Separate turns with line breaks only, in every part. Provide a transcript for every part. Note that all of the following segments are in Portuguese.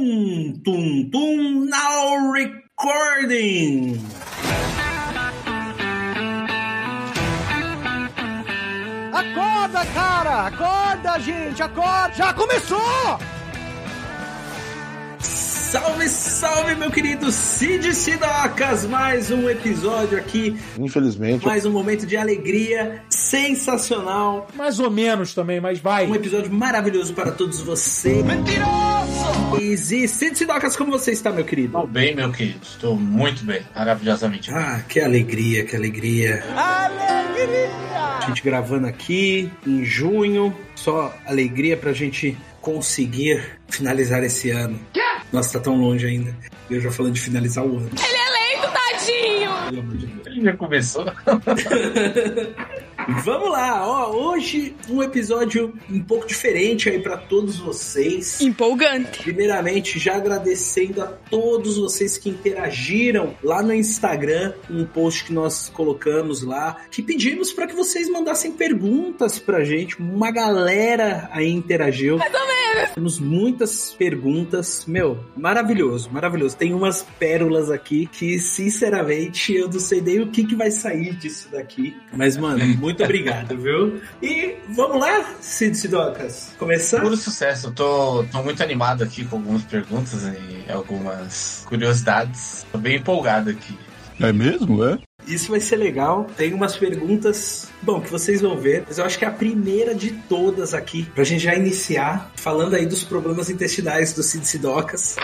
Tum, tum, tum, now recording!
Acorda, cara! Acorda, gente! Acorda! Já começou!
Salve, salve, meu querido Cid Sidocas! Mais um episódio aqui,
Infelizmente,
mais um momento de alegria sensacional.
Mais ou menos também, mas vai.
Um episódio maravilhoso para todos vocês. Mentiroso! E Cid Sidocas, como você está, meu querido?
Estou bem, meu querido. Estou muito bem. Maravilhosamente. bem.
Ah, que alegria, que alegria. A gente gravando aqui em junho. Só alegria pra gente conseguir finalizar esse ano. Nossa, tá tão longe ainda. Eu já falando de finalizar o ano.
Tadinho!
Pelo amor de Deus.
Ele já começou.
Vamos lá, ó, hoje um episódio um pouco diferente aí pra todos vocês.
Empolgante.
Primeiramente, já agradecendo a todos vocês que interagiram lá no Instagram, um post que nós colocamos lá, que pedimos para que vocês mandassem perguntas pra gente. Uma galera aí interagiu. Mais ou menos. Temos muitas perguntas. Meu, maravilhoso, maravilhoso. Tem umas pérolas aqui que, sinceramente, eu não sei nem o que, que vai sair disso daqui. Mas, mano, muito obrigado, viu? E vamos lá, Cid Sidocas. Começar?
Puro sucesso. Eu Tô, tô muito animado aqui com algumas perguntas e algumas curiosidades. Tô bem empolgado aqui.
é mesmo? É?
Isso vai ser legal. Tem umas perguntas, bom, que vocês vão ver, mas eu acho que é a primeira de todas aqui, pra gente já iniciar, falando aí dos problemas intestinais do Cid Sidocas.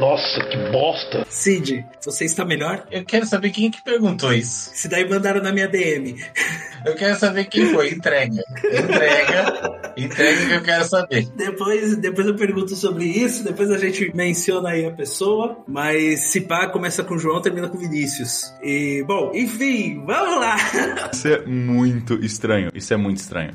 Nossa, que bosta!
Cid, você está melhor?
Eu quero saber quem é que perguntou isso.
Se daí mandaram na minha DM.
Eu quero saber quem foi. Entrega. Entrega. Entrega que eu quero saber.
Depois, depois eu pergunto sobre isso, depois a gente menciona aí a pessoa, mas se pá, começa com o João, termina com o Vinícius. E, bom, enfim, vamos lá!
Isso é muito estranho. Isso é muito estranho.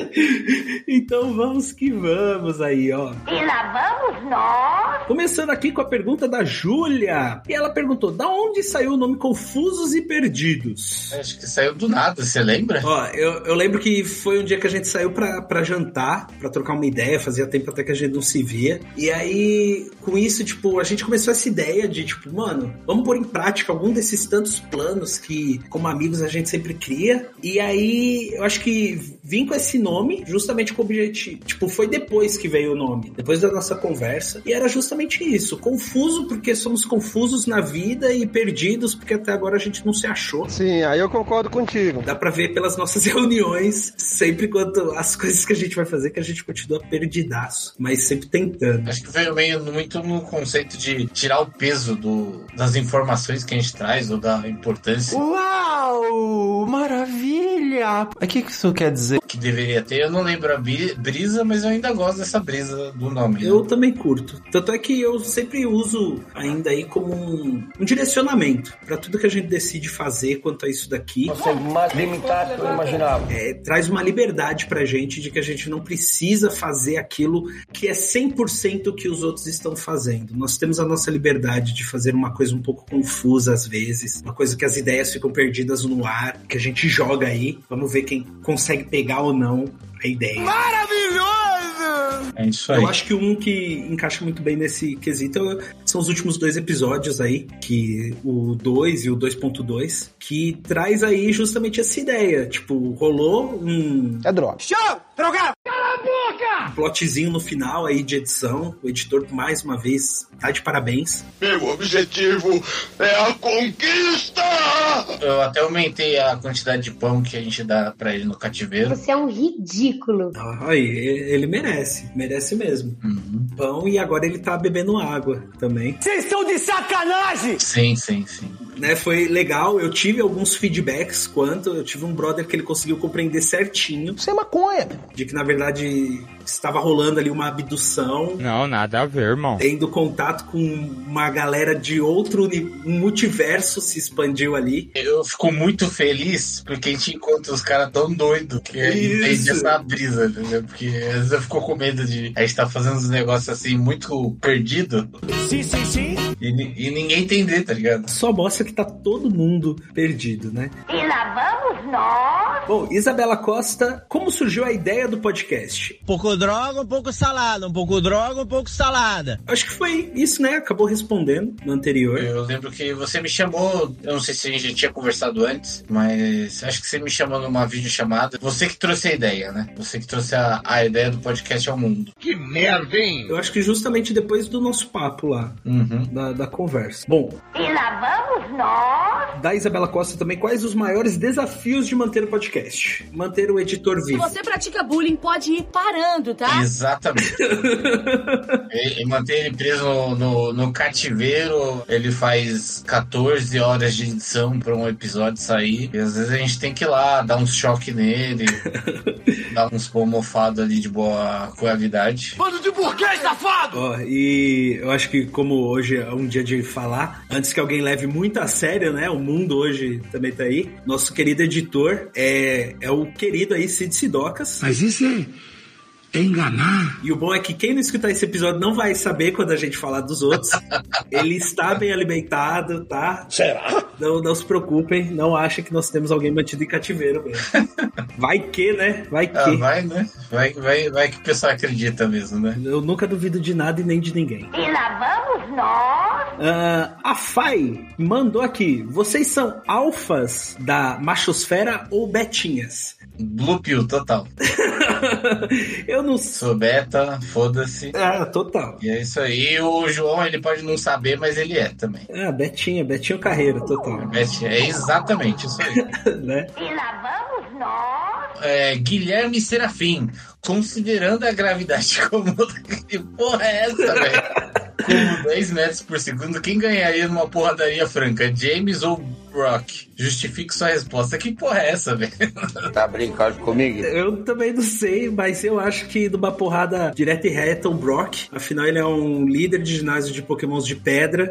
Então vamos que vamos aí, ó.
E lá vamos nós.
Começando aqui com a pergunta da Júlia. E ela perguntou: da onde saiu o nome Confusos e Perdidos?
Acho que saiu do nada, você lembra?
Ó, eu, eu lembro que foi um dia que a gente saiu pra, pra jantar, pra trocar uma ideia, fazia tempo até que a gente não se via. E aí, com isso, tipo, a gente começou essa ideia de, tipo, mano, vamos pôr em prática algum desses tantos planos que, como amigos, a gente sempre cria. E aí, eu acho que vim com esse nome, justamente com o objetivo. Tipo, foi depois que veio o nome, depois da nossa conversa. E era justamente isso: confuso, porque somos confusos na vida e perdidos, porque até agora a gente não se achou.
Sim, aí eu concordo contigo.
Dá pra ver pelas nossas reuniões, sempre quanto as coisas que a gente vai fazer, que a gente continua perdidaço, mas sempre tentando.
Acho que veio meio muito no conceito de tirar o peso do- das informações que a gente traz ou da importância
Uau! Maravilha!
O que que isso quer dizer?
que deveria ter. Eu não lembro a bri- brisa, mas eu ainda gosto dessa brisa do nome. né?
Eu também curto. Tanto é que eu sempre uso ainda aí como um, um direcionamento pra tudo que a gente decide fazer quanto a isso daqui.
Você é mais limitado que eu imaginava.
É, traz uma liberdade pra gente de que a gente não precisa fazer aquilo que é 100% o que os outros estão fazendo. Nós temos a nossa liberdade de fazer uma coisa um pouco confusa às vezes, uma coisa que as ideias ficam perdidas no ar, que a gente joga aí, vamos ver quem consegue pegar ou não a ideia.
É isso aí.
Eu acho que um que encaixa muito bem nesse quesito é- são os últimos dois episódios aí, que o 2 e o 2.2, que traz aí justamente essa ideia. Tipo, rolou um
É droga.
plotzinho no final aí de edição. O editor, mais uma vez, tá de parabéns.
Meu objetivo é a conquista!
Eu até aumentei a quantidade de pão que a gente dá pra ele no cativeiro.
Você é um ridículo.
Ah, Aí, ele merece, merece mesmo.
Uhum.
Pão, e agora ele tá bebendo água também.
Vocês estão de sacanagem!
Sim, sim, sim.
Né, foi legal, eu tive alguns feedbacks quanto, eu tive um brother que ele conseguiu compreender certinho
Isso é maconha, meu.
de que na verdade estava rolando ali uma abdução,
Não, nada a ver, irmão.
tendo contato com uma galera de outro uni- um multiverso se expandiu ali.
Eu fico muito feliz porque a gente encontra os caras tão doidos que
Isso.
entende essa brisa, entendeu? Porque às vezes eu fico com medo de a gente tá fazendo uns negócios assim muito perdido
Sim, sim, sim.
e, ni- e ninguém entender, tá ligado?
Só mostra que tá todo mundo perdido, né?
E lá vamos nós.
Bom, Isabela Costa, como surgiu a ideia do podcast?
Um pouco droga, um pouco salada. Um pouco droga, um pouco salada.
Acho que foi isso, né? Acabou respondendo no anterior.
Eu lembro que você me chamou, eu não sei se a gente já tinha conversado antes, mas acho que você me chamou numa videochamada. Você que trouxe a ideia, né? Você que trouxe a, a ideia do podcast ao mundo.
Que merda, hein?
Eu acho que justamente depois do nosso papo lá,
Uhum.
da, da conversa. Bom,
E lá vamos nós.
da Isabela Costa também, quais os maiores desafios de manter o podcast? Manter o editor
Se
vivo.
você pratica bullying, pode ir parando, tá?
Exatamente. e, e manter ele preso no, no- no cativeiro, ele faz 14 horas de edição pra um episódio sair. E às vezes a gente tem que ir lá, dar uns choque nele, dar uns pão mofado ali de boa qualidade.
Bando de burguês, safado!
Ó, e eu acho que como hoje é um dia de falar, antes que alguém leve muito a sério, né? O mundo hoje também tá aí. Nosso querido editor é, é o querido aí Cid Sidocas.
Mas isso é, é enganar.
E o bom é que quem não escutar esse episódio não vai saber quando a gente falar dos outros. Ele está bem alimentado, tá?
Será?
Não, não se preocupem, não achem que nós temos alguém mantido em cativeiro mesmo. Vai que, né? Vai que.
Ah, vai, né? Vai, vai, vai que o pessoal acredita mesmo, né?
Eu nunca duvido de nada e nem de ninguém.
E lá vamos nós.
Ah, a Fai mandou aqui. Vocês são alfas da machosfera ou betinhas?
Blue pill total.
Eu não sei.
Sou beta, foda-se.
Ah, total.
E é isso aí. O João, ele pode não saber, mas ele é também.
Ah, Betinha, Betinho Carreira, total.
Bet- É exatamente isso aí.
né?
E lá vamos nós.
É, Guilherme Serafim, considerando a gravidade como que porra é essa, velho? Como 10 metros por segundo, quem ganharia numa porradaria franca? James ou Brock? Justifique sua resposta. Que porra é essa, velho?
Tá brincando comigo?
Eu também não sei, mas eu acho que numa porrada direta e reta, o Brock, afinal ele é um líder de ginásio de pokémons de pedra,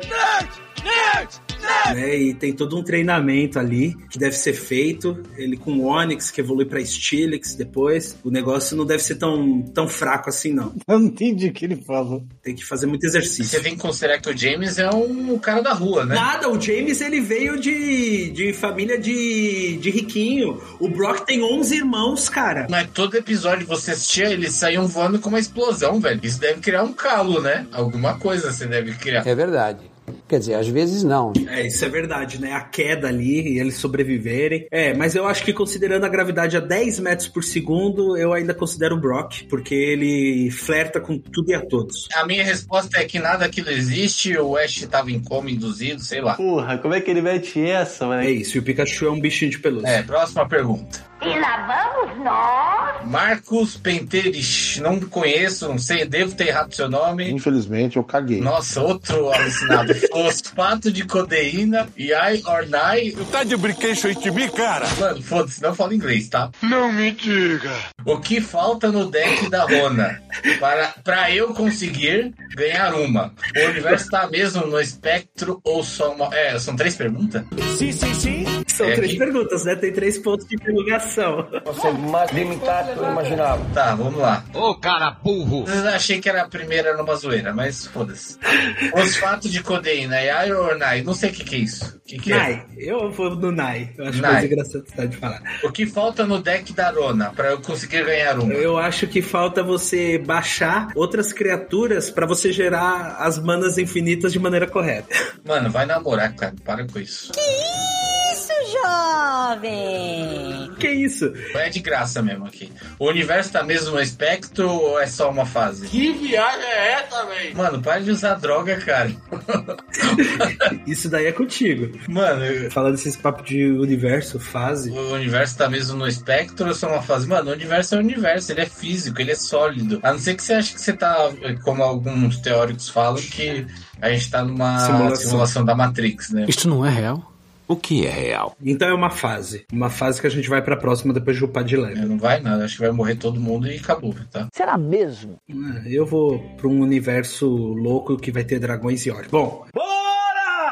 né? E tem todo um treinamento ali que deve ser feito. Ele com o Onix, que evolui pra Steelix depois. O negócio não deve ser tão, tão fraco assim, não.
Eu não entendi o que ele falou.
Tem que fazer muito
Você
exercício. né?
tem que considerar que o James é um cara da rua, né?
Nada, o James ele veio de, de família de, de riquinho. O Brock tem 11 irmãos, cara.
Mas todo episódio você assistia, eles saíam voando com uma explosão, velho. Isso deve criar um calo, né? Alguma coisa você deve criar.
É verdade. Quer dizer, às vezes não.
É, isso é verdade, né? A queda ali e eles sobreviverem. É, mas eu acho que considerando a gravidade a 10 metros por segundo, eu ainda considero o Brock, porque ele flerta com tudo e a todos.
A minha resposta é que nada aquilo existe, o Ash tava em coma induzido, sei lá.
Porra, como é que ele mete essa,
É
velho?
isso, e o Pikachu é um bichinho de pelúcia.
É, próxima pergunta.
E lá vamos nós.
Marcos Penteris, não conheço, não sei, devo ter errado seu nome.
Infelizmente, eu caguei.
Nossa, outro alucinado. Fosfato de codeína, yai or nai.
Tá de brinquedo de mim, cara?
Mano, foda-se, não fala inglês, tá?
Não me diga.
O que falta no deck da Rona para, para eu conseguir ganhar uma? O universo tá mesmo no espectro ou só uma. É, são três perguntas?
Sim, sim, sim.
São
É.
três perguntas, né? Tem três pontos de interrogação.
é
Consegue mais limitar que eu imaginava.
Tá, vamos lá.
Ô, cara burro.
Eu achei que era a primeira numa zoeira, mas foda-se. Fosfato de codeína é Iron or Nai. Não sei o que, que é isso. O que, que é?
Nai, eu vou no Nai. Eu acho
Nai.
mais engraçado tá de falar.
O que falta no deck da Rona pra eu conseguir ganhar uma?
Eu acho que falta você baixar outras criaturas pra você gerar as manas infinitas de maneira correta.
Mano, vai namorar, cara. Para com isso.
Jovem!
Que isso?
É de graça mesmo aqui. O universo tá mesmo no espectro ou é só uma fase?
Que viagem é essa, velho?
Mano, para de usar droga, cara.
Isso daí é contigo.
Mano, eu-
Falando esses papos de universo, fase.
o universo tá mesmo no espectro ou é só uma fase? Mano, o universo é o universo. Ele é físico, ele é sólido. A não ser que você ache que você tá, como alguns teóricos falam, que a gente tá numa
Simulação.
simulação, da Matrix, né?
Isto não é real? O que é real?
Então é uma fase. Uma fase que a gente vai pra próxima depois de upar de leve.
Não vai nada, acho que vai morrer todo mundo e acabou, tá?
Será mesmo?
Ah, Eu vou pra um universo louco que vai ter dragões e orcs. Bom,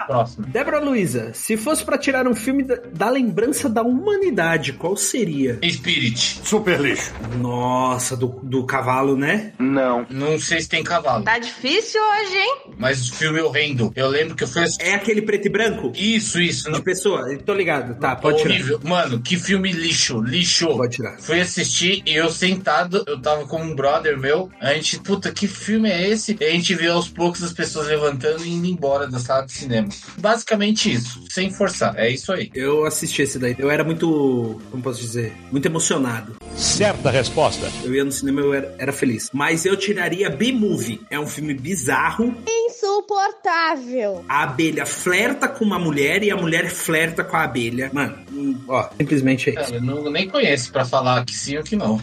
Próximo.
Débora Luiza, se fosse pra tirar um filme da, da lembrança da humanidade, qual seria?
Spirit.
Super lixo. Nossa, do, do cavalo, né?
Não. Não sei se tem cavalo.
Tá difícil hoje, hein?
Mas o filme é horrendo. Eu lembro que eu fui
É aquele preto e branco?
Isso, isso.
De pessoa? Tô ligado. Tá, pode
Horrível. Mano, que filme lixo, lixo.
Pode tirar.
Fui assistir e eu sentado, eu tava com um brother meu. A gente, puta, que filme é esse? E a gente vê aos poucos as pessoas levantando e indo embora da sala de cinema. Basicamente isso, sem forçar. É isso aí.
Eu assisti esse daí. Eu era muito, como posso dizer, muito emocionado.
Certa resposta.
Eu ia no cinema, eu era, era feliz. Mas eu tiraria B-Movie. É um filme bizarro.
Insuportável.
A abelha flerta com uma mulher e a mulher flerta com a abelha. Mano, hum, ó, simplesmente é isso.
Eu não, nem conheço pra falar que sim ou que não.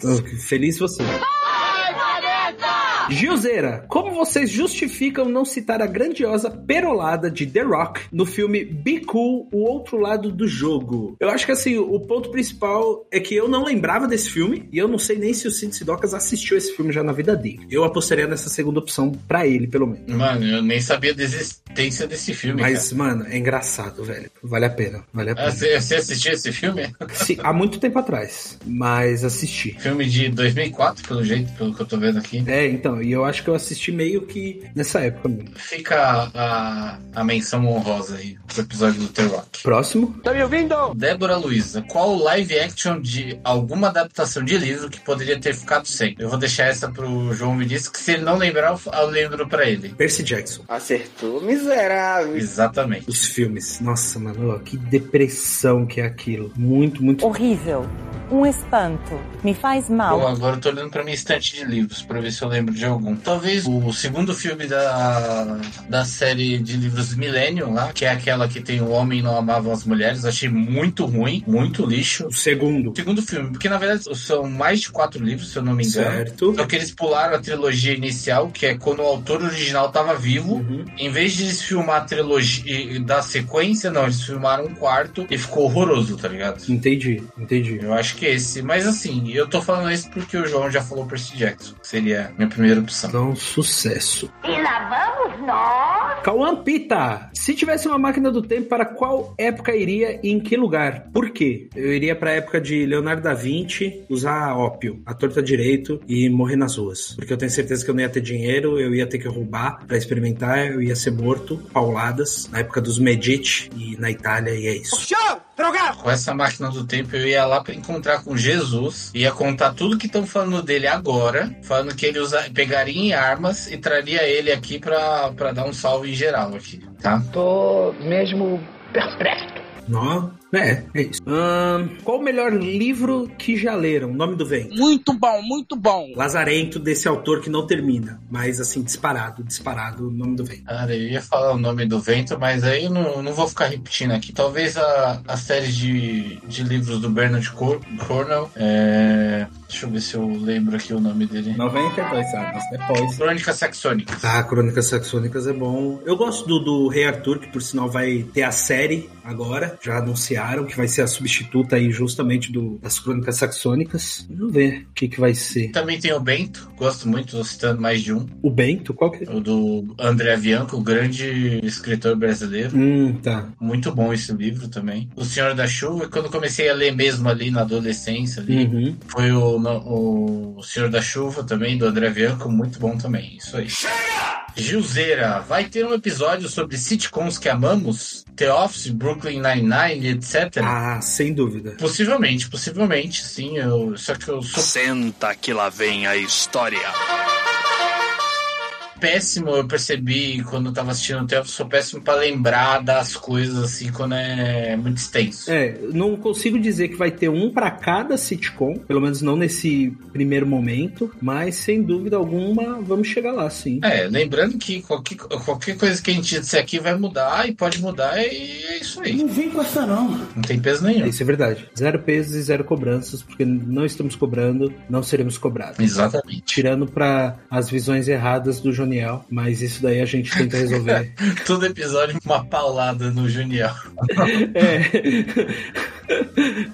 Feliz você. Gilzeira, como vocês justificam não citar a grandiosa perolada de The Rock no filme Be Cool, O Outro Lado do Jogo? Eu acho que assim, o ponto principal é que eu não lembrava desse filme e eu não sei nem se o Cindy Sidocas assistiu esse filme já na vida dele. Eu apostaria nessa segunda opção pra ele, pelo menos.
Mano, eu nem sabia da existência desse filme.
Mas, mano, é engraçado, velho. Vale a pena, vale a
cara. Ah,
pena.
Você você assistiu esse filme?
Sim, há muito tempo atrás, mas assisti.
Filme de 2004, pelo jeito, pelo que eu tô vendo aqui.
É, então, e eu acho que eu assisti meio que nessa época mesmo.
Fica a, a menção honrosa aí pro episódio do The Rock.
Próximo.
Tá me ouvindo? Débora Luiza, qual live action de alguma adaptação de livro que poderia ter ficado sem? Eu vou deixar essa pro João me disse que se ele não lembrar, eu f- eu lembro pra ele.
Percy Jackson.
Acertou, miserável.
Exatamente.
Os filmes. Nossa, mano, ó, que depressão que é aquilo. Muito, muito.
Horrível. Um espanto. Me faz mal.
Bom, agora eu tô olhando pra minha estante de livros pra ver se eu lembro de algum. Talvez o segundo filme da, da série de livros Millennium lá, que é aquela que tem o homem não amava as mulheres, achei muito ruim, muito lixo.
O segundo.
Segundo filme, porque na verdade são mais de quatro livros, se eu não me engano.
Certo.
Só É que eles pularam a trilogia inicial, que é quando o autor original tava vivo.
Uhum.
Em vez de eles filmar a trilogia da sequência, não, eles filmaram um quarto e ficou horroroso, tá ligado?
Entendi, entendi.
Eu acho que esse. Mas assim, eu tô falando isso porque o João já falou Percy Jackson, que seria minha primeira opção.
Então, sucesso.
E lá vamos nós.
Cauã Pita, se tivesse uma máquina do tempo, para qual época iria e em que lugar? Por quê? Eu iria pra época de Leonardo da Vinci usar ópio, a torta direito e morrer nas ruas. Porque eu tenho certeza que eu não ia ter dinheiro, eu ia ter que roubar pra experimentar, eu ia ser morto, pauladas, na época dos Medici e na Itália, e é isso.
Show! Drogado! Com essa máquina do tempo, eu ia lá pra encontrar com Jesus, ia contar tudo que estão falando dele agora, falando que ele usa, pegaria em armas e traria ele aqui pra, pra dar um salve em geral aqui, tá?
Tô mesmo perplexo.
Nó. É, é isso. Ahn, qual o melhor livro que já leram? Nome do Vento.
Muito bom, muito bom.
Lazarento, desse autor que não termina, mas assim, disparado, disparado, nome do Vento.
Cara, Ah, eu ia falar o nome do vento, mas aí eu não, não vou ficar repetindo aqui. Talvez a, a série de, de livros do Bernard Cor- Cornell. É... Deixa eu ver se eu lembro aqui o nome dele.
92 anos depois.
Crônica Saxônica.
Ah, Crônicas Saxônicas é bom. Eu gosto do, do Rei Arthur, que por sinal vai ter a série agora. Já anunciaram que vai ser a substituta aí justamente do, das Crônicas Saxônicas. Vamos ver o que, que vai ser.
Também tem o Bento, gosto muito, tô citando mais de um.
O Bento? Qual que é?
O do André Bianco, o grande escritor brasileiro.
Hum, tá.
Muito bom esse livro também. O Senhor da Chuva, quando eu comecei a ler mesmo ali na adolescência, ali,
Uhum.
foi o, no- o Senhor da Chuva também, do André Bianco, muito bom também. Isso aí. Gilzeira, vai ter um episódio sobre sitcoms que amamos? The Office, Brooklyn Nine-Nine, etc.
Ah, sem dúvida.
Possivelmente, possivelmente, sim. Eu, só que eu sou
Senta que lá vem a história.
péssimo, eu percebi quando eu tava assistindo o Telf, sou péssimo pra lembrar das coisas assim quando é muito extenso.
É, não consigo dizer que vai ter um pra cada sitcom, pelo menos não nesse primeiro momento, mas sem dúvida alguma vamos chegar lá, sim.
É, lembrando que qualquer, qualquer coisa que a gente disser aqui vai mudar e pode mudar, e é isso aí.
Não vem com essa não.
Não tem peso nenhum.
Isso é verdade. Zero pesos e zero cobranças, porque não estamos cobrando, não seremos cobrados.
Exatamente.
Tirando pra as visões erradas do Joniel, mas isso daí a gente tenta resolver.
Todo episódio uma paulada no Juniel.
é.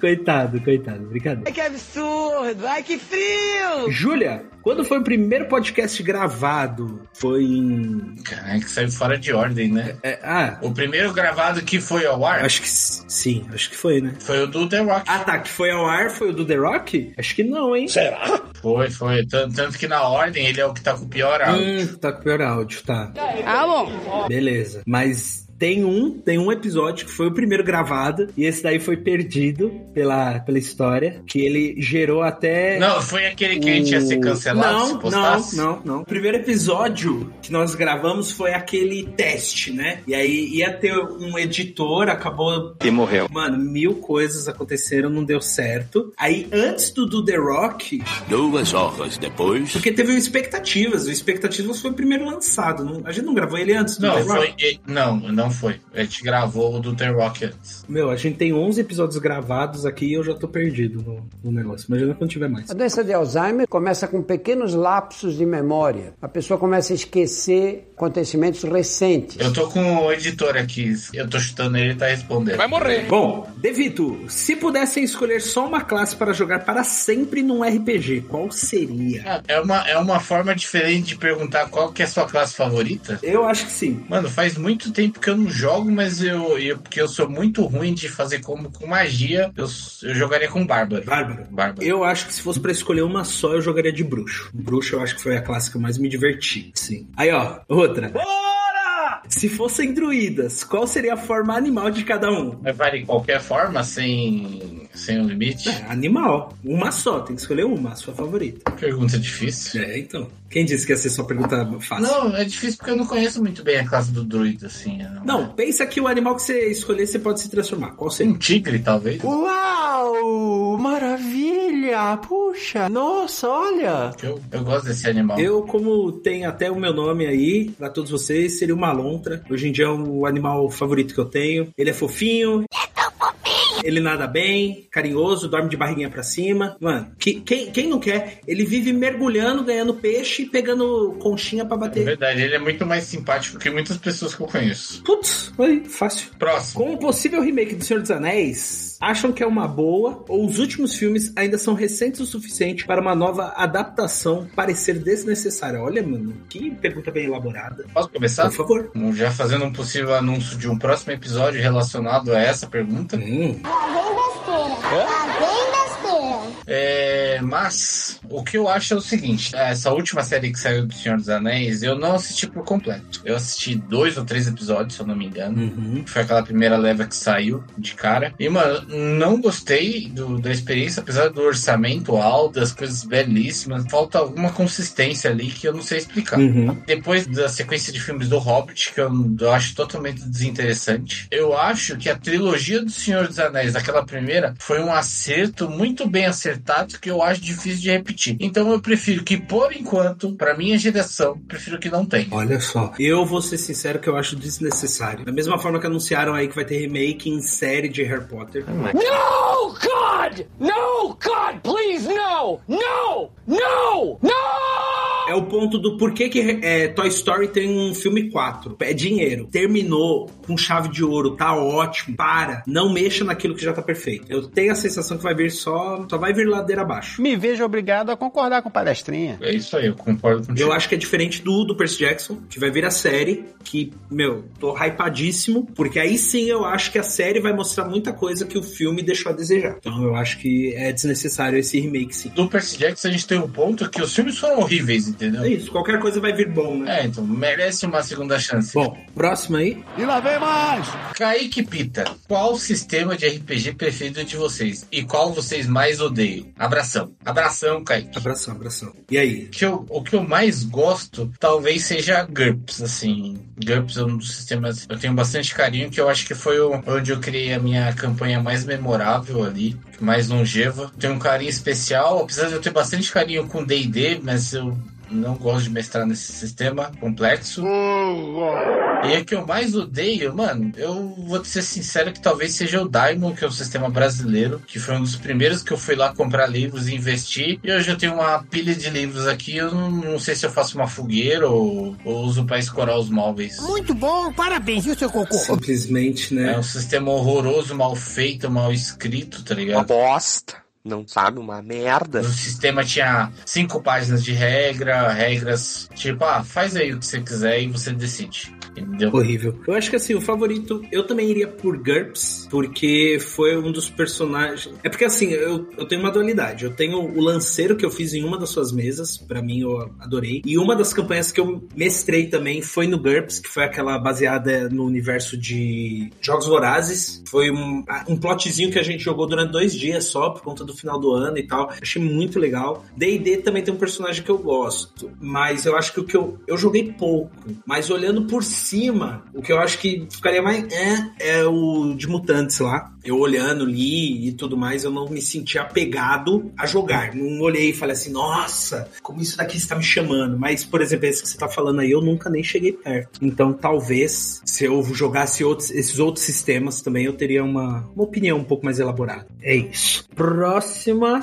coitado, coitado, brincadeira.
Ai, que absurdo! Ai, que frio!
Júlia, quando foi o primeiro podcast gravado? Foi em.
Caraca, saiu fora de ordem, né?
ah.
O primeiro gravado que foi ao ar?
Acho que s- sim, acho que foi, né?
Foi o do The Rock.
Ah, tá, que foi ao ar, foi o do The Rock? Acho que não, hein?
Será? Foi, foi. Tanto, tanto que na ordem ele é o que tá com o pior áudio.
Hum, tá com o pior áudio, tá.
Ah, bom.
Beleza. Mas tem um, tem um episódio que foi o primeiro gravado e esse daí foi perdido pela, pela história, que ele gerou até
Não, foi aquele que a gente ia ser cancelado
Hum, não,
se postasse?
Não, não, não. O primeiro episódio que nós gravamos foi aquele teste, né? E aí ia ter um editor, acabou.
E morreu.
Mano, mil coisas aconteceram, não deu certo. Aí antes do, do The Rock.
Duas horas depois.
Porque teve o Expectativas. O Expectativas foi o primeiro lançado. não- a gente não gravou ele antes do The
Não,
Rock.
foi. e- Não, não foi. A gente gravou o do The Rock antes.
Meu, a gente tem 11 episódios gravados aqui e eu já tô perdido no, no negócio. Imagina quando tiver mais.
A doença de Alzheimer começa com pequenos lapsos de memória. A pessoa começa a esquecer acontecimentos recentes.
Eu tô com o editor aqui. Eu tô chutando ele e tá respondendo. Vai morrer.
Bom, Devito, se pudessem escolher só uma classe para jogar para sempre num RPG, qual seria?
É uma, é uma forma diferente de perguntar qual que é a sua classe favorita?
Eu acho que sim.
Mano, faz muito tempo que eu não jogo, mas eu, eu- porque eu sou muito ruim de fazer como com magia, eu, s- eu jogaria com bárbaro.
Bárbaro.
Bárbaro.
Eu acho que se fosse para escolher uma só, eu jogaria de bruxo. Bruxo eu acho que foi a classe que eu mais me diverti. Sim. Aí, ó, outra. Bora! Se fossem druidas, qual seria a forma animal de cada um?
Mas vale de qualquer forma, sem sem um limite.
É. Animal. Uma só, tem que escolher uma, a sua favorita.
Pergunta difícil.
É, então. Quem disse que ia ser só pergunta fácil?
Não, é difícil porque eu não conheço muito bem a classe do druida, assim. eu não-
Não, pensa que o animal que você escolher, você pode se transformar. Qual seria?
Um tigre, talvez.
Uau! Maravilha! Puxa! Nossa, olha!
Eu, eu gosto desse animal.
Eu, como tem até o meu nome aí, pra todos vocês, seria uma lontra. Hoje em dia é o animal favorito que eu tenho. Ele é fofinho. Ele nada bem, carinhoso, dorme de barriguinha pra cima. Mano, que- quem, quem não quer? Ele vive mergulhando, ganhando peixe e pegando conchinha pra
É
bater.
verdade, ele é muito mais simpático que muitas pessoas que eu conheço.
Putz, foi fácil.
Próximo.
Com o possível remake do Senhor dos Anéis, acham que é uma boa ou os últimos filmes ainda são recentes o suficiente para uma nova adaptação parecer desnecessária? Olha, mano, que pergunta bem elaborada.
Posso começar?
Por favor.
Um- Já fazendo um possível anúncio de um próximo episódio relacionado a essa pergunta.
Lá vem Tá besteira. Lá vem besteira.
É, mas o que eu acho é o seguinte: essa última série que saiu do Senhor dos Anéis, eu não assisti por completo. Eu assisti dois ou três episódios, se eu não me engano.
uhum.
Foi aquela primeira leva que saiu de cara. E, mano, não gostei do- da experiência, apesar do orçamento alto, das coisas belíssimas. Falta alguma consistência ali que eu não sei explicar.
Uhum.
Depois da sequência de filmes do Hobbit, que eu, eu acho totalmente desinteressante, eu acho que a trilogia do Senhor dos Anéis, aquela primeira, foi um acerto muito bem acertado que eu acho difícil de repetir. Então eu prefiro que, por enquanto, pra minha geração, prefiro que não tenha.
Olha só, eu vou ser sincero que eu acho desnecessário. Da mesma forma que anunciaram aí que vai ter remake em série de Harry Potter.
No, God! No, God, please, no! No! No! No!
É o ponto do porquê que é, Toy Story tem um filme 4. É dinheiro. Terminou com chave de ouro, tá ótimo. Para. Não mexa naquilo que já tá perfeito. Eu tenho a sensação que vai vir só. Só vai vir ladeira abaixo.
Me vejo obrigado a concordar com o palestrinha.
É isso aí, eu concordo com
Eu acho que é diferente do, do Percy Jackson, que vai vir a série, que, meu, tô hypadíssimo, porque aí sim eu acho que a série vai mostrar muita coisa que o filme deixou a desejar. Então eu acho que é desnecessário esse remake, sim.
Do Percy Jackson, a gente tem um ponto que os filmes foram horríveis, entendeu?
É isso, qualquer coisa vai vir bom, né?
É, então merece uma segunda chance.
Bom, próximo aí.
E lá vem mais! Kaique Pita, qual o sistema de RPG preferido de vocês? E qual vocês mais odeiam? Abração. Abração, Kaique.
Abração, abração. E aí?
Que eu- o que eu mais gosto talvez seja GURPS, assim. GURPS é um dos sistemas que eu tenho bastante carinho, que eu acho que foi o- onde eu criei a minha campanha mais memorável ali, mais longeva. Tenho um carinho especial, apesar de eu ter bastante carinho com D&D, mas eu não gosto de mestrar nesse sistema complexo. E a que eu mais odeio, mano, eu vou te ser sincero que talvez seja o Daimon, que é o sistema brasileiro, que foi um dos primeiros que eu fui lá comprar livros e investir. E hoje eu tenho uma pilha de livros aqui, eu não, não sei se eu faço uma fogueira ou, ou uso pra escorar os móveis.
Muito bom, parabéns, viu, seu cocô?
Simplesmente, né?
É um sistema horroroso, mal feito, mal escrito, tá ligado? Uma bosta.
Não sabe, uma merda.
O sistema tinha cinco páginas de regra, regras tipo, ah, faz aí o que você quiser e você decide. Entendeu?
Horrível. Eu acho que assim, o favorito, eu também iria por GURPS, porque foi um dos personagens. É porque assim, eu, eu tenho uma dualidade. Eu tenho o lanceiro que eu fiz em uma das suas mesas, pra mim eu adorei. E uma das campanhas que eu mestrei também foi no GURPS, que foi aquela baseada no universo de Jogos Vorazes. Foi um, um plotzinho que a gente jogou durante dois dias só, por conta do final do ano e tal. Achei muito legal. DD também tem um personagem que eu gosto, mas eu acho que o que eu. Eu joguei pouco, mas olhando por cima, o que eu acho que ficaria mais é, é o de mutantes lá. Eu olhando, li e tudo mais, eu não me senti apegado a jogar. Não olhei e falei assim, nossa, como isso daqui está me chamando. Mas, por exemplo, esse que você está falando aí, eu nunca nem cheguei perto. Então, talvez, se eu jogasse outros, esses outros sistemas também, eu teria uma, uma opinião um pouco mais elaborada. É isso. Próxima.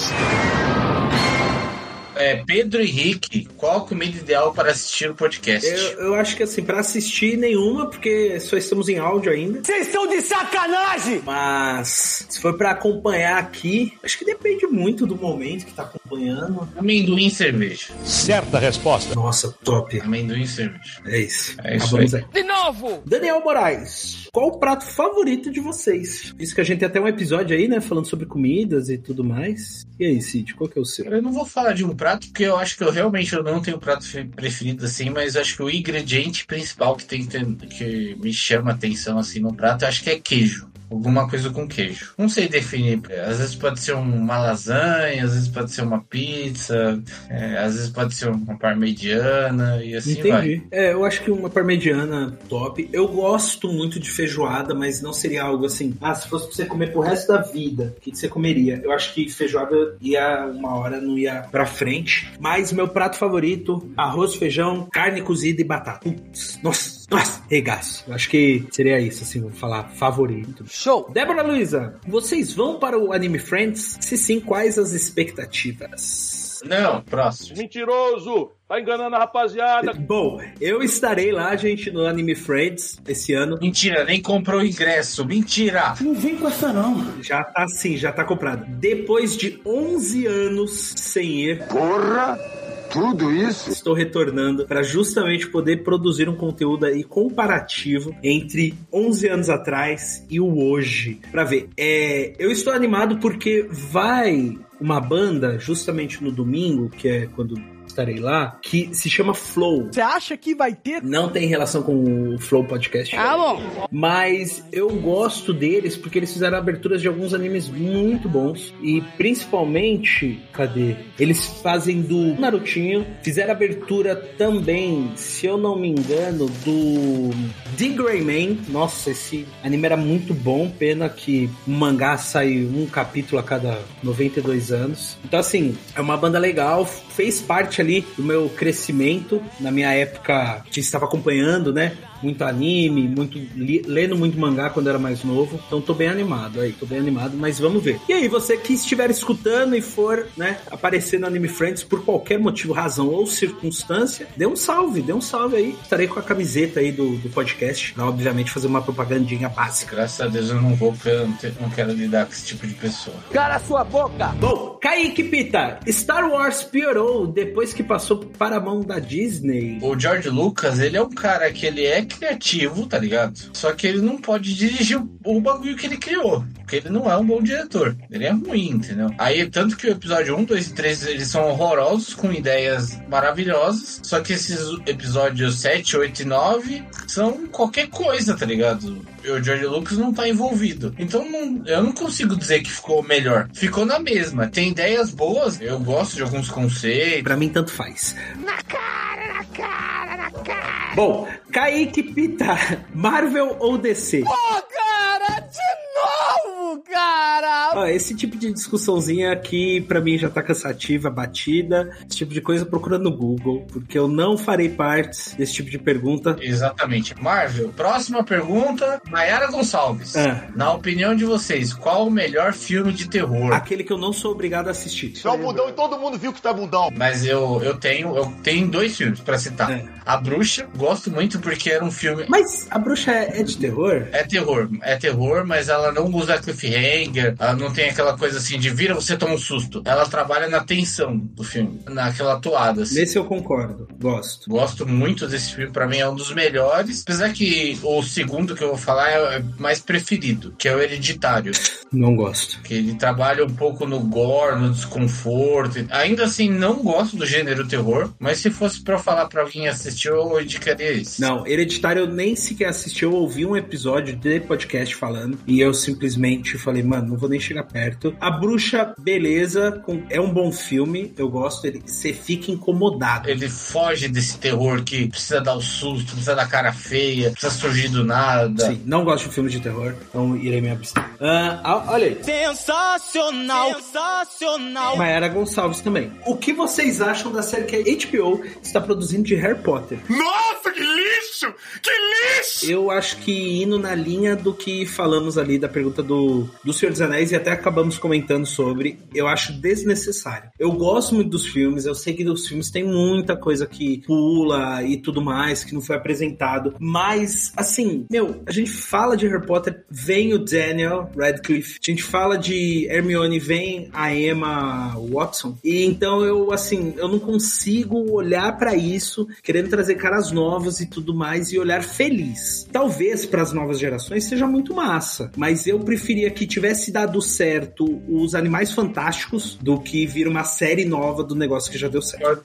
É, Pedro Henrique, qual a comida ideal para assistir o podcast?
Eu, eu acho que assim, pra assistir nenhuma, porque só estamos em áudio ainda.
Vocês estão de sacanagem!
Mas se for pra acompanhar aqui, acho que depende muito do momento que tá acompanhando.
Amendoim e cerveja.
Certa resposta. Nossa, top.
Amendoim e cerveja.
É isso.
É isso
Acabamos
aí.
De novo!
Daniel Moraes, qual o prato favorito de vocês? Isso que a gente tem até um episódio aí, né? Falando sobre comidas e tudo mais. E aí, Cid, qual que é o seu?
Eu não vou falar de um prato, porque eu acho que eu realmente eu não tenho prato fe- preferido assim, mas eu acho que o ingrediente principal que tem que ter- que me chama atenção assim no prato, eu acho que é queijo. Alguma coisa com queijo. Não sei definir. Às vezes pode ser uma lasanha, às vezes pode ser uma pizza, é, às vezes pode ser uma parmegiana e assim vai.
Entendi. É, eu acho que uma parmegiana top. Eu gosto muito de feijoada, mas não seria algo assim. Ah, se fosse pra você comer pro resto da vida, o que, que você comeria? Eu acho que feijoada ia uma hora, não ia pra frente. Mas meu prato favorito: arroz, feijão, carne cozida e batata. Putz, nossa, nossa, regaço. Eu acho que seria isso, assim, vou falar favorito. Show! Débora Luiza, vocês vão para o Anime Friends? Se sim, quais as expectativas?
Não, próximo.
Mentiroso! Tá enganando a rapaziada.
Bom, eu estarei lá, gente, no Anime Friends esse ano.
Mentira, nem comprou o ingresso. Mentira!
Não vem com essa, não. Já tá sim, já tá comprado. Depois de 11 anos sem ir. Porra! Tudo isso? Estou retornando para justamente poder produzir um conteúdo aí comparativo entre 11 anos atrás e o hoje. Para ver. É, eu estou animado porque vai uma banda justamente no domingo, que é quando estarei lá, que se chama Flow. Você acha que vai ter? Não tem relação com o Flow Podcast.
Ah, bom.
Mas eu gosto deles porque eles fizeram aberturas de alguns animes muito bons. E principalmente, cadê? Eles fazem do Narutinho. Fizeram abertura também, se eu não me engano, do The Grey Man. Nossa, esse anime era muito bom. Pena que o mangá sai um capítulo a cada 92 anos. Então, assim, é uma banda legal. Fez parte ali do meu crescimento. Na minha época, que estava acompanhando, né? Muito anime, muito li- lendo muito mangá quando era mais novo. Então tô bem animado aí, tô bem animado, mas vamos ver. E aí, você que estiver escutando e for, né, aparecer no Anime Friends por qualquer motivo, razão ou circunstância, dê um salve, dê um salve aí. Estarei com a camiseta aí do, do podcast. Pra, obviamente, fazer uma propagandinha básica.
Graças a Deus eu não vou, porque eu não te- não quero lidar com esse tipo de pessoa.
Cara sua boca! Bom, Kaique Pita, Star Wars piorou depois que passou para a mão da Disney.
O George Lucas, ele é um cara que ele é criativo, tá ligado? Só que ele não pode dirigir o- o bagulho que ele criou. Porque ele não é um bom diretor. Ele é ruim, entendeu? Aí, tanto que o episódio 1, 2 e 3, eles são horrorosos, com ideias maravilhosas. Só que esses episódios 7, 8 e 9 são qualquer coisa, tá ligado? E O George Lucas não tá envolvido. Então, não- eu não consigo dizer que ficou melhor. Ficou na mesma. Tem ideias boas. Eu gosto de alguns conceitos.
Pra mim, tanto faz. Bom, Kaique Pita, Marvel ou DC?
Pô, cara, de novo, cara!
Ah, esse tipo de discussãozinha aqui, pra mim, já tá cansativa, batida. Esse tipo de coisa, procura no Google, porque eu não farei parte desse tipo de pergunta.
Exatamente. Marvel, próxima pergunta, Mayara Gonçalves.
Ah.
Na opinião de vocês, qual o melhor filme de terror?
Aquele que eu não sou obrigado a assistir.
Só é o bundão e todo mundo viu que tá bundão. Mas eu, eu tenho eu tenho dois filmes pra citar. A Bruxa, gosto muito porque era um filme...
Mas a Bruxa é, é de terror?
É terror, é terror, mas ela não usa cliffhanger, ela não tem aquela coisa assim de vira, você toma um susto. Ela trabalha na tensão do filme, naquela atuada. Assim.
Nesse eu concordo, gosto.
Gosto muito desse filme, pra mim é um dos melhores. Apesar que o segundo que eu vou falar é o mais preferido, que é o Hereditário.
Não gosto.
Que ele trabalha um pouco no gore, no desconforto. Ainda assim, não gosto do gênero terror, mas se fosse pra eu falar pra alguém assistir, eu indicaria esse.
Não, Hereditário eu nem sequer assisti, eu ouvi um episódio de podcast falando e eu simplesmente falei, mano, não vou nem chegar perto. A Bruxa, beleza, com- é um bom filme, eu gosto, ele você fica incomodado.
Ele foge desse terror que precisa dar o susto, precisa dar cara feia, precisa surgir do nada.
Sim, não gosto de filme de terror, então irei me abster. Ah, ah, olha aí.
Sensacional! Sensacional!
Mayara Gonçalves também. O que vocês acham da série que a HBO está produzindo de Harry Potter?
Nossa, que lixo! Que lixo!
Eu acho que indo na linha do que falamos ali da pergunta do, do Senhor dos Anéis e até acabamos comentando sobre, eu acho desnecessário. Eu gosto muito dos filmes, eu sei que os filmes têm muita coisa que pula e tudo mais, que não foi apresentado, mas, assim, meu, a gente fala de Harry Potter, vem o Daniel Radcliffe, a gente fala de Hermione, vem a Emma Watson, e então eu, assim, eu não consigo olhar pra isso querendo trazer caras novas e tudo mais e olhar feliz. Talvez para as novas gerações seja muito massa, mas eu preferia que tivesse dado certo os Animais Fantásticos do que vir uma série nova do negócio que já deu certo.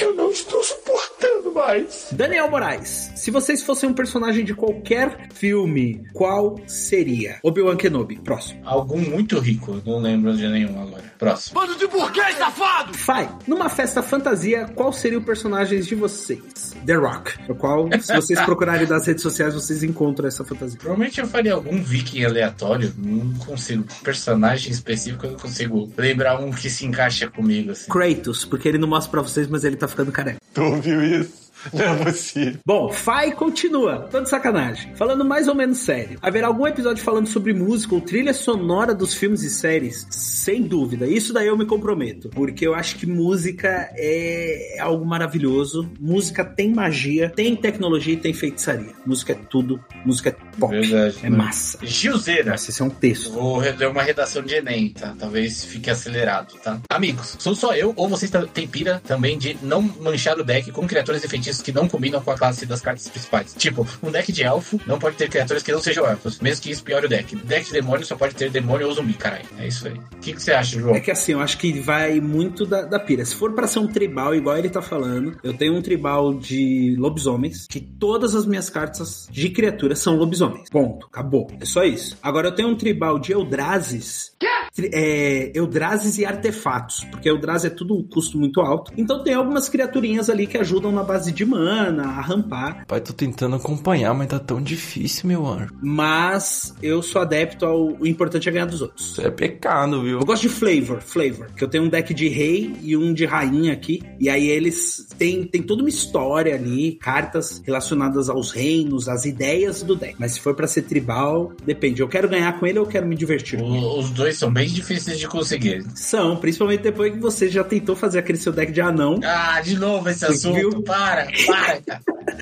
Eu não estou suportando mais.
Daniel Moraes, se vocês fossem um personagem de qualquer filme, qual seria? Obi-Wan Kenobi, próximo.
Algum muito rico, não lembro de nenhum agora. Próximo.
Bando de burguês, safado!
Fai, numa festa fantasia, qual seria o personagem de vocês? The Rock. O qual, se vocês procurarem nas redes sociais, vocês encontram essa fantasia.
Provavelmente eu faria algum viking aleatório, não consigo. Personagem específico, eu não consigo lembrar um que se encaixa comigo, assim.
Kratos, porque ele não mostra pra vocês, mas ele tá ficando careca.
Tu ouviu isso?
Não é possível. Bom, Fai continua, tô de sacanagem. Falando mais ou menos sério. Haverá algum episódio falando sobre música ou trilha sonora dos filmes e séries? Sem dúvida. Isso daí eu me comprometo. Porque eu acho que música é algo maravilhoso. Música tem magia, tem tecnologia e tem feitiçaria. Música é tudo. Música é pop.
Verdade,
é
né?
massa.
Gilzeira.
Nossa, esse é um texto.
Vou reler uma redação de Enem, tá? Talvez fique acelerado, tá? Amigos, sou só eu ou vocês tam- têm pira também de não manchar o deck com criaturas e feitiços que não combinam com a classe das cartas principais. Tipo, um deck de elfo não pode ter criaturas que não sejam elfos, mesmo que isso piore o deck. Deck de demônio só pode ter demônio ou zumbi, caralho. É isso aí. O que, que você acha, João?
É que assim, eu acho que vai muito da, da pira. Se for pra ser um tribal, igual ele tá falando, eu tenho um tribal de lobisomens, que todas as minhas cartas de criatura são lobisomens. Ponto. Acabou. É só isso. Agora eu tenho um tribal de Eldrazes. Tri- É, Eldrazes e artefatos, porque Eldrazi é tudo um custo muito alto. Então tem algumas criaturinhas ali que ajudam na base de mana, a rampar.
Pai, tô tentando acompanhar, mas tá tão difícil, meu anjo.
mas eu sou adepto ao o importante é ganhar dos outros.
Isso é pecado, viu?
Eu gosto de flavor, flavor, que eu tenho um deck de rei e um de rainha aqui, e aí eles têm tem toda uma história ali, cartas relacionadas aos reinos, às ideias do deck. Mas se for pra ser tribal, depende. Eu quero ganhar com ele ou eu quero me divertir?
Os dois são bem difíceis de conseguir.
São, principalmente depois que você já tentou fazer aquele seu deck de anão.
Ah, de novo esse assunto. Para, para, cara.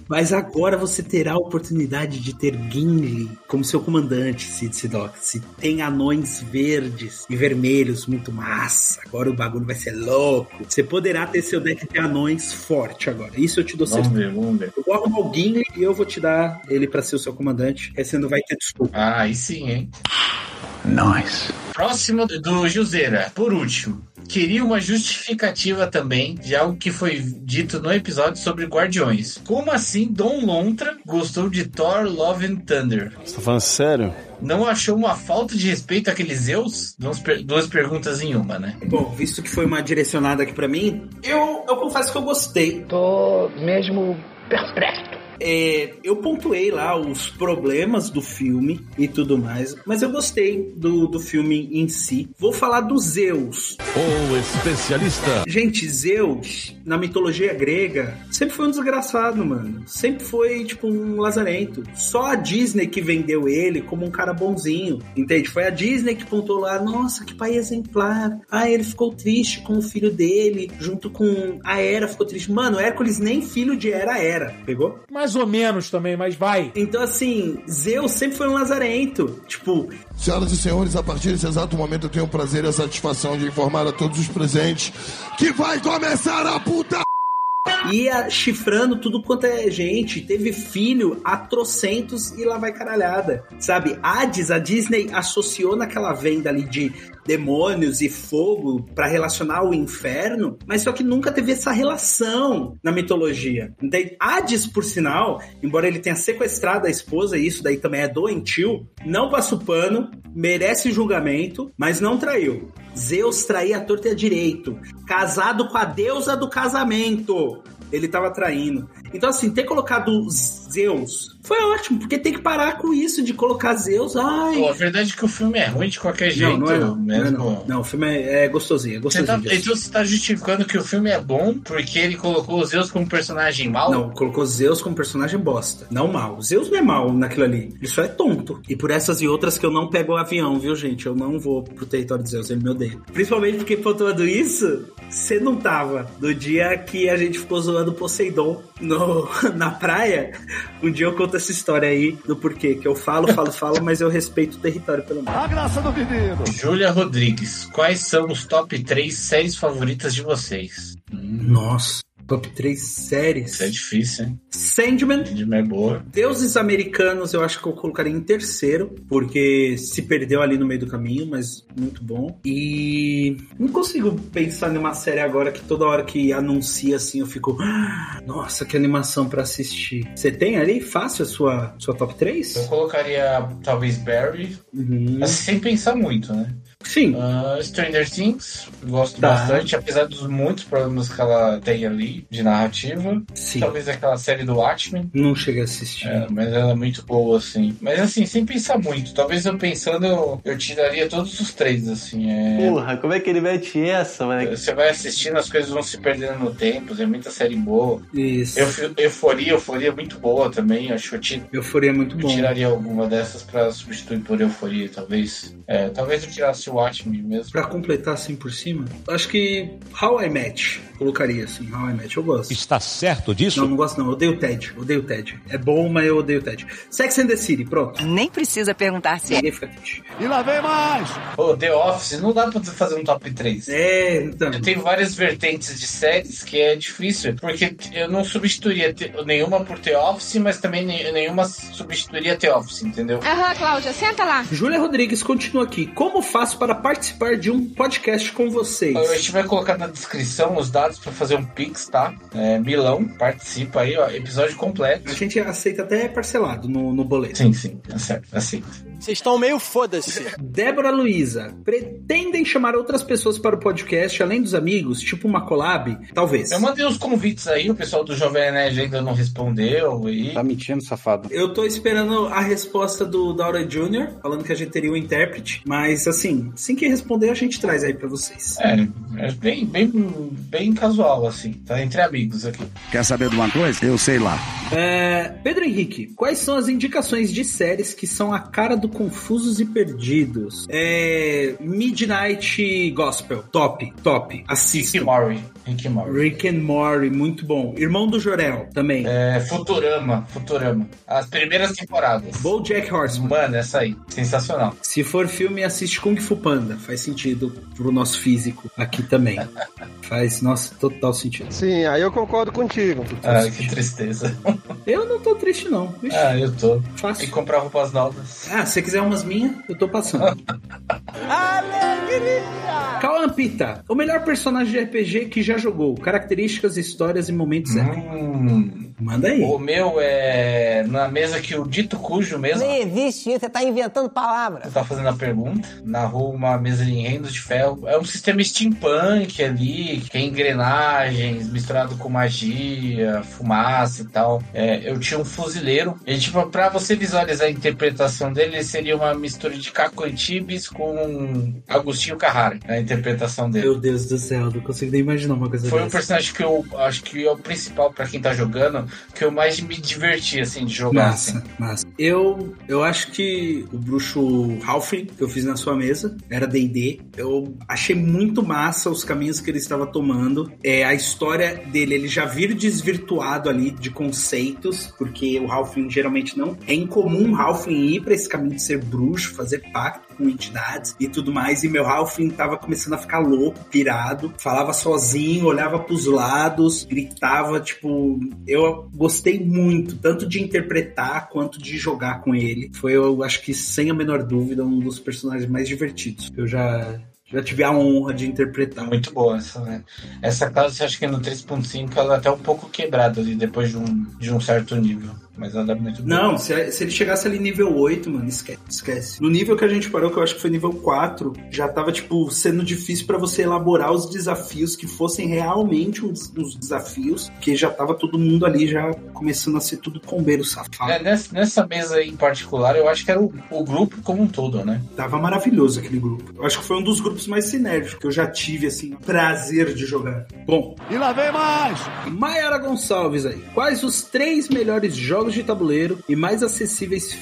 Mas agora você terá a oportunidade de ter Gimli como seu comandante, Sid Sidoc. Se tem anões verdes e vermelhos, muito massa. Agora o bagulho vai ser louco. Você poderá ter seu deck de anões forte agora. Isso eu te dou
Vamos
certeza.
ver, vamos ver.
Eu vou arrumar o Gimli e eu vou te dar ele pra ser o seu comandante. Aí você não vai ter desculpa.
Ah, aí sim, hein?
Nós.
Próximo do Juseira, por último. Queria uma justificativa também de algo que foi dito no episódio sobre Guardiões. Como assim Dom Lontra gostou de Thor Love and Thunder?
Você tá falando sério?
Não achou uma falta de respeito àqueles Zeus? Duas, per- duas perguntas em uma, né?
Bom, visto que foi uma direcionada aqui pra mim, eu, eu confesso que eu gostei.
Tô mesmo perplexo.
É, eu pontuei lá os problemas do filme e tudo mais, mas eu gostei do, do filme em si. Vou falar do Zeus.
O especialista.
Gente, Zeus, na mitologia grega, sempre foi um desgraçado, mano. Sempre foi, tipo, um lazarento. Só a Disney que vendeu ele como um cara bonzinho, entende? Foi a Disney que pontou lá, nossa, que pai exemplar. Ah, ele ficou triste com o filho dele, junto com a Hera ficou triste. Mano, Hércules nem filho de Hera era, pegou?
Mais ou menos também, mas vai.
Então, assim, Zeus sempre foi um lazarento. Tipo,
Senhoras e senhores, a partir desse exato momento eu tenho o prazer e a satisfação de informar a todos os presentes que vai começar a puta.
ia chifrando tudo quanto é gente, teve filho a trocentos e lá vai caralhada, sabe? Hades, a Disney associou naquela venda ali de demônios e fogo pra relacionar o inferno, mas só que nunca teve essa relação na mitologia. Entende? Hades, por sinal, embora ele tenha sequestrado a esposa, e isso daí também é doentio, não passa o pano, merece julgamento, mas não traiu. Zeus traía a torta e a direito, casado com a deusa do casamento. Ele tava traindo. Então, assim, ter colocado Zeus foi ótimo, porque tem que parar com isso de colocar Zeus. Ai,
Pô, né, a verdade é que o filme é ruim de qualquer jeito.
não, não é não, não, é
mesmo.
não. Não, o filme é, é gostosinho, é
Você
gostosinho.
tá,
disso.
então você tá justificando que o filme é bom porque ele colocou o Zeus como personagem mau?
Não, colocou Zeus como personagem bosta. Não mal. Zeus não é mal naquilo ali. Ele só é tonto. E por essas e outras que eu não pego o avião, viu, gente? Eu não vou pro território de Zeus, ele me odeia. Principalmente porque pontuando isso, você não tava. No dia que a gente ficou zoando Poseidon no, na praia, um dia eu conto essa história aí do porquê. Que eu falo, falo, falo, mas eu respeito o território pelo menos.
A graça do menino. Júlia Rodrigues, quais são os top 3 séries favoritas de vocês?
Nossa. Top 3 séries.
Isso é difícil, hein?
Sandman.
Sandman é boa.
Deuses Americanos eu acho que eu colocaria em terceiro, porque se perdeu ali no meio do caminho, mas muito bom. E não consigo pensar numa série agora que toda hora que anuncia assim eu fico, "Ah, nossa, que animação pra assistir. Você tem ali fácil a sua, sua top 3?
Eu colocaria talvez Barry, mas
Hum.
sem pensar muito, né?
Sim.
Stranger Things, gosto
Tá.
bastante, apesar dos muitos problemas que ela tem ali de narrativa.
Sim.
Talvez aquela série do Watchmen.
Não cheguei a assistir.
É, mas ela é muito boa, assim. Mas assim, sem pensar muito. Talvez eu pensando, eu, eu tiraria todos os três, assim. É...
Porra, como é que ele mete essa, moleque?
Você vai assistindo, as coisas vão se perdendo no tempo, tem muita série boa.
Isso.
Eu, euforia, euforia é muito boa também, acho que eu ti-
Euforia é muito
eu
bom.
tiraria alguma dessas pra substituir por euforia, talvez. É, talvez eu tirasse o Watchmen mesmo.
Pra completar assim por cima, acho que How I Met colocaria assim, How I Met, eu gosto.
Está certo disso?
Não, não gosto não, eu odeio Ted, odeio Ted. É bom, mas eu odeio Ted. Sex and the City, pronto.
Nem precisa perguntar se
Ninguém fica triste.
E lá vem mais! Pô, The Office, não dá pra você fazer um top 3.
É, então.
Eu tenho várias vertentes de séries que é difícil, porque eu não substituiria te- nenhuma por The Office, mas também ne- nenhuma substituiria The Office, entendeu?
É
Aham, Cláudia, senta lá.
Júlia Rodrigues continua aqui. Como faço para participar de um podcast com vocês?
Então, A gente vai colocar na descrição os dados pra fazer um Pix, tá? É, Milão, participa aí, ó, episódio completo.
A gente aceita até parcelado no, no boleto.
Sim, sim, tá certo, aceito.
Vocês estão meio foda-se. Débora Luiza, pretendem chamar outras pessoas para o podcast além dos amigos? Tipo uma collab? Talvez.
Eu mandei os convites aí, o pessoal do Jovem Nerd ainda não respondeu e...
Tá mentindo, safado. Eu tô esperando a resposta do Daura Jr., falando que a gente teria um intérprete, mas assim, assim que responder, a gente traz aí pra vocês.
É, é bem, bem, bem casual, assim. Tá entre amigos aqui.
Quer saber de uma coisa? Eu sei lá.
É, Pedro Henrique, quais são as indicações de séries que são a cara do Confusos e Perdidos? É, Midnight Gospel, top, top, assista. Rick
Mori, Rick Mori.
Rick and Morty, muito bom. Irmão do Jorel, também.
É, Futurama, Futurama. As primeiras temporadas.
Jack Horseman.
Mano, essa aí. Sensacional.
Se for filme, assiste Kung Fu Panda. Faz sentido pro nosso físico aqui também. Faz, nossa, total sentido.
Sim, aí eu concordo contigo.
Ah, que tristeza.
Eu não tô triste, não. Ixi.
Ah, eu tô.
Fácil.
E comprar roupas novas.
Ah, se você quiser umas minhas, eu tô passando. Cauã Pita, Hum. o melhor personagem de RPG que já jogou. Características, histórias e momentos épicos. Manda aí.
Hum, O meu é na mesa que o dito cujo mesmo.
Não existe isso, você tá inventando palavras.
Você tá fazendo a pergunta, narrou uma mesa de enredos de ferro. É um sistema steampunk ali, que é engrenagens, misturado com magia, fumaça e tal. É, eu tinha um fuzileiro. E, tipo, pra você visualizar a interpretação dele, ele seria uma mistura de Caco Antibes com Agostinho Carrara, a interpretação dele.
Meu Deus do céu, não consigo nem imaginar uma coisa
Foi um
dessa.
personagem que eu acho que é o principal pra quem tá jogando, que eu mais me diverti, assim, de jogar.
Massa,
assim.
massa. Eu, eu acho que o bruxo Halfling, que eu fiz na sua mesa, era D&D. Eu achei muito massa os caminhos que ele estava tomando. É, a história dele, ele já vir desvirtuado ali de conceitos, porque o Halfling geralmente não... É incomum o Halfling ir para esse caminho de ser bruxo, fazer pacto com entidades e tudo mais. E meu Halfling tava começando a ficar louco, pirado. Falava sozinho, olhava pros lados, gritava, tipo... Eu gostei muito, tanto de interpretar quanto de jogar com ele. Foi, eu acho que, sem a menor dúvida, um dos personagens mais divertidos que eu já, já tive a honra de interpretar.
É Muito boa essa, né? Essa classe, acho que no 3.5, ela é até um pouco quebrada ali, depois de um, de um certo nível. Mas ela é muito boa.
Não, se, se ele chegasse ali nível 8, mano, esquece, esquece. No nível que a gente parou, que eu acho que foi nível 4, já tava, tipo, sendo difícil pra você elaborar os desafios que fossem realmente os, os desafios, que já tava todo mundo ali já começando a ser tudo combeiro safado.
É, nessa, nessa mesa aí em particular, eu acho que era o, o grupo como um todo, né?
Tava maravilhoso aquele grupo. Eu acho que foi um dos grupos mais sinérgicos que eu já tive, assim, prazer de jogar. Bom.
E lá vem mais!
Mayara Gonçalves aí. Quais os três melhores jogos de tabuleiro e mais acessíveis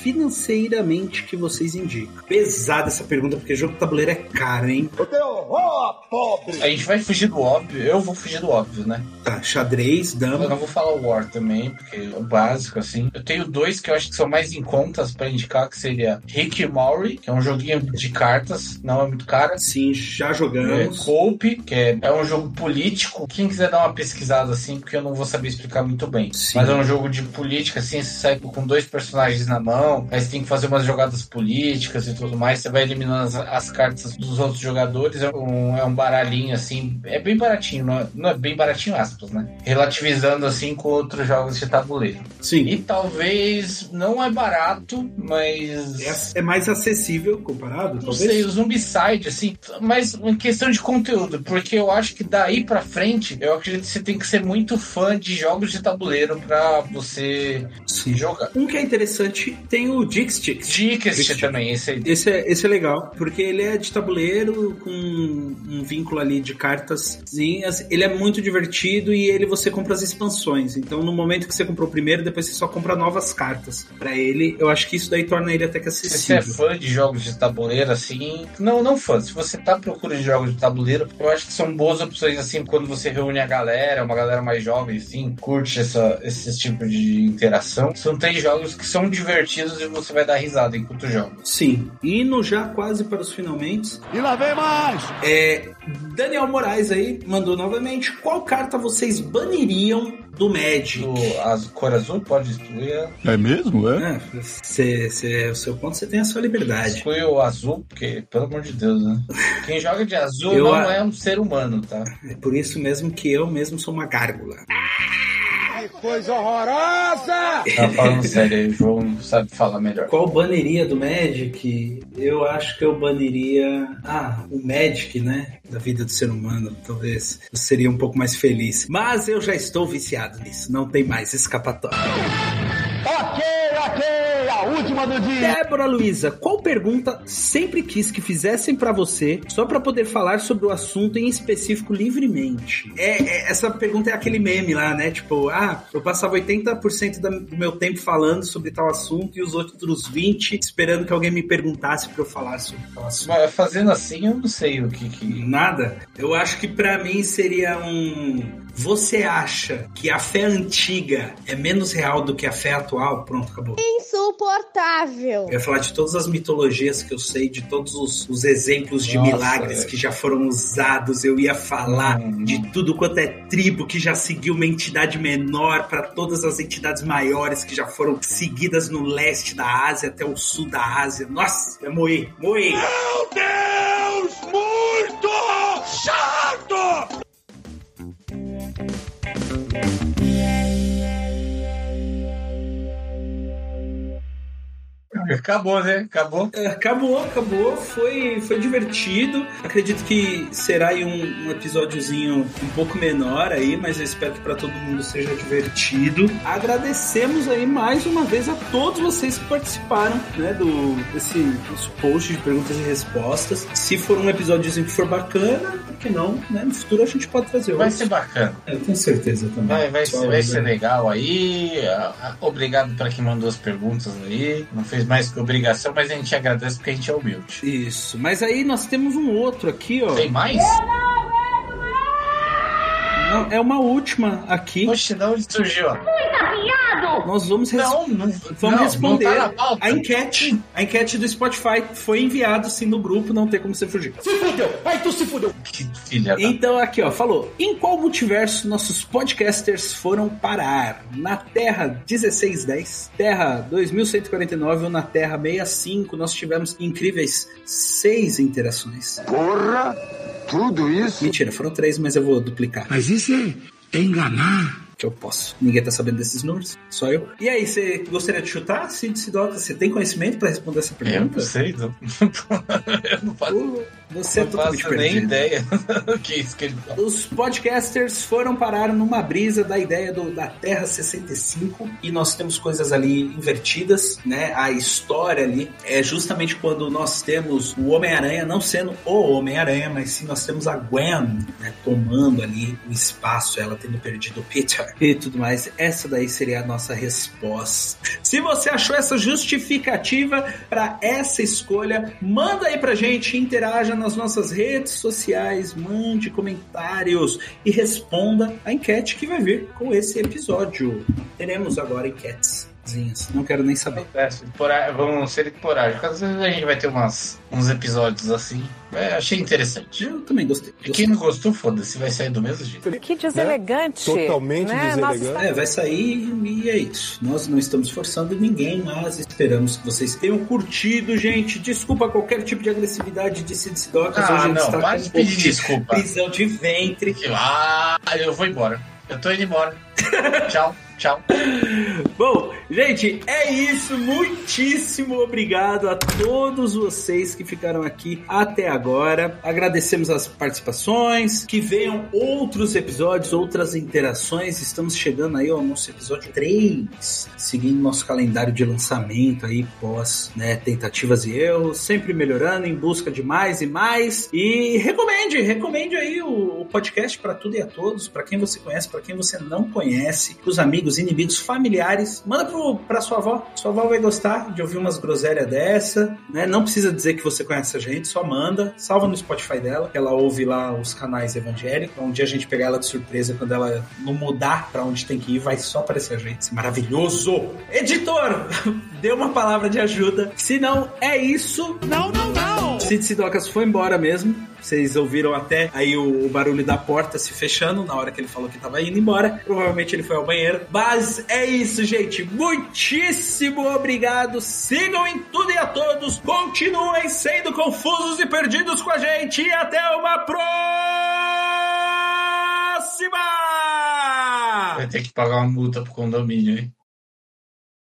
financeiramente que vocês indicam? Pesada essa pergunta, porque jogo de tabuleiro é caro, hein?
Eu tenho horror, pobre!
A gente vai fugir do óbvio, eu vou fugir do óbvio, né?
Tá, xadrez,
Eu não
dama.
vou falar o War também, porque é o básico, assim. Eu tenho dois que eu acho que são mais em contas pra indicar, que seria Rick Maury, que é um joguinho de cartas, não é muito caro.
Sim, já
É,
jogamos.
Cope, que é, é um jogo político. Quem quiser dar uma pesquisada assim, porque eu não vou saber explicar muito bem.
Sim.
Mas é um jogo de política, assim, você sai com dois personagens na mão, aí você tem que fazer umas jogadas políticas e tudo mais. Você vai eliminando as, as cartas dos outros jogadores. É um, é um baralhinho, assim, é bem baratinho, não é, não é bem baratinho, aspas, né? Relativizando assim com outros jogos de tabuleiro.
Sim.
E talvez não é barato, mas.
É- É mais acessível comparado,
Não
talvez?
sei, o Zombicide, assim, mas em questão de conteúdo, porque eu acho que daí pra frente, eu acredito que você tem que ser muito fã de jogos de tabuleiro pra você jogar.
Um que é interessante tem o Dixtix.
Dicas também, esse aí.
Esse é, esse é legal, porque ele é de tabuleiro com um vínculo ali de cartaszinhas. Ele é muito divertido e ele você compra as expansões. Então, no momento que você comprou o primeiro, depois você só compra novas cartas pra ele. Eu acho que isso daí torna ele até que
Se você é
acessível.
fã de jogos de tabuleiro, assim. Não, não fã. Se você tá procurando jogos de tabuleiro, eu acho que são boas opções, assim, quando você reúne a galera, uma galera mais jovem, assim, curte essa, esse tipo de interação. São três jogos que são divertidos e você vai dar risada enquanto joga.
Sim. Indo já quase para os finalmente.
E lá vem mais!
É, Daniel Moraes aí mandou novamente. Qual carta vocês baniriam do Magic?
O- As cor azul pode excluir a-
É mesmo? É?
É, cê- cê- é o seu ponto, você tem a sua liberdade.
Exclui o azul, porque, pelo amor de Deus, né? Quem joga de azul
Eu
não
a-
é um ser humano, tá?
É por isso mesmo que eu mesmo sou uma gárgula.
Que coisa horrorosa!
Tá falando sério aí, o João não sabe falar melhor.
Qual baniria do Magic? Eu acho que eu baniria. Ah, o Magic, né? Da vida do ser humano, talvez. Eu seria um pouco mais feliz. Mas eu já estou viciado nisso. Não tem mais escapatória.
Ok,
É
ok, a última do dia!
Débora Luiza, qual pergunta sempre quis que fizessem pra você, só pra poder falar sobre o assunto em específico livremente? É, é- essa pergunta é aquele meme lá, né? Tipo, ah, eu passava 80% da- do meu tempo falando sobre tal assunto e os outros 20 esperando que alguém me perguntasse pra eu falar sobre tal assunto.
Mas Fazendo assim, eu não sei o que que.
Nada. Eu acho que pra mim seria um. Você acha que a fé antiga é menos real do que a fé atual? Pronto, acabou.
Insuportável.
Eu ia falar de todas as mitologias que eu sei, de todos os, os exemplos de
Nossa,
milagres
velho.
que já foram usados. Eu ia falar de tudo quanto é tribo que já seguiu uma entidade menor para todas as entidades maiores que já foram seguidas no leste da Ásia até o sul da Ásia. Nossa, é moer, moer.
Meu Deus, muito chato!
Acabou, né? Acabou.
É, Acabou, acabou. Foi, foi divertido. Acredito que será aí um, um episódiozinho um pouco menor aí, mas eu espero que para todo mundo seja divertido. Agradecemos aí mais uma vez a todos vocês que participaram, né, do desse nosso post de perguntas e respostas. Se for um episódiozinho que for bacana, por que não, né? No futuro a gente pode trazer
Vai
outros.
ser bacana.
É, eu tenho certeza também.
Vai, vai,
Só
ser, vai
aguardar.
ser legal aí. Ah, ah, Obrigado para quem mandou as perguntas aí. Não fez mais que obrigação, mas a gente agradece porque a gente é humilde.
Isso. Mas aí nós temos um outro aqui, ó.
Tem mais?
Não, é uma última aqui.
Poxa, da onde surgiu?
Nós vamos, res-
Não, não-
vamos
não, não
responder
tá na pauta.
a enquete. A enquete do Spotify foi enviado sim no grupo, não tem como você fugir. Se fudeu! Vai tu se fudeu!
Filha da...
Então aqui ó, falou: em qual multiverso nossos podcasters foram parar? Na Terra 1610, Terra 2149 ou na Terra 65? Nós tivemos incríveis seis interações. Porra! Tudo isso? Mentira, foram três, mas eu vou duplicar. Mas isso é enganar. Que eu posso. Ninguém tá sabendo desses números, só eu. E aí, você gostaria de chutar? Cid Sidoca, você tem conhecimento pra responder essa
Eu
pergunta?
não sei, não,
Você é
não faço
totalmente
nem
perdido.
ideia do que é isso que ele fala.
Os podcasters foram parar numa brisa da ideia do, da Terra 65 e nós temos coisas ali invertidas, né? A história ali é justamente quando nós temos o Homem-Aranha não sendo o Homem-Aranha, mas sim nós temos a Gwen né, tomando ali o espaço, ela tendo perdido o Peter e tudo mais. Essa daí seria a nossa resposta. Se você achou essa justificativa para essa escolha, manda aí pra gente, interaja nas nossas redes sociais, mande comentários e responda a enquete que vai vir com esse episódio. Teremos agora enquetezinhas, não quero nem saber.
Acontece, pora- Vamos ser esporádicos. Às vezes a gente vai ter umas, uns episódios assim. É, achei interessante.
Eu também gostei.
E quem não gostou, foda-se, vai sair do mesmo jeito.
Que deselegante. né? Nossa,
É, vai sair e é isso. Nós não estamos forçando ninguém, mas esperamos que vocês tenham curtido, gente. Desculpa qualquer tipo de agressividade de Sid Sidocas.
Ah,
Hoje ele
não,
está
para
com
de
um pouco
pedir desculpa.
Prisão de ventre.
Ah, eu vou embora. Eu tô indo embora. tchau, tchau.
Bom, gente, é isso. Muitíssimo obrigado a todos vocês que ficaram aqui até agora. Agradecemos as participações, que venham outros episódios, outras interações. Estamos chegando aí ao nosso episódio 3, seguindo nosso calendário de lançamento aí pós, né, tentativas e erros, sempre melhorando em busca de mais e mais. E recomende, recomende aí o, o podcast para tudo e a todos, para quem você conhece, para quem você não conhece, pros amigos, inimigos, familiares. Manda pro, pra sua avó. Sua avó vai gostar de ouvir umas groselhas dessa, né? Não precisa dizer que você conhece a gente, só manda. Salva no Spotify dela, que ela ouve lá os canais evangélicos. Um dia a gente pegar ela de surpresa quando ela não mudar para onde tem que ir, vai só aparecer a gente. Isso é maravilhoso! Editor, dê uma palavra de ajuda. Se não, é isso. Não, não, não! Cid Sidocas foi embora mesmo. Vocês ouviram até aí o, o barulho da porta se fechando na hora que ele falou que tava indo embora. Provavelmente ele foi ao banheiro. Mas é isso, gente. Muitíssimo obrigado. Sigam em tudo e a todos. Continuem sendo confusos e perdidos com a gente. E até uma próxima! Ah.
Vai ter que pagar uma multa pro condomínio, hein?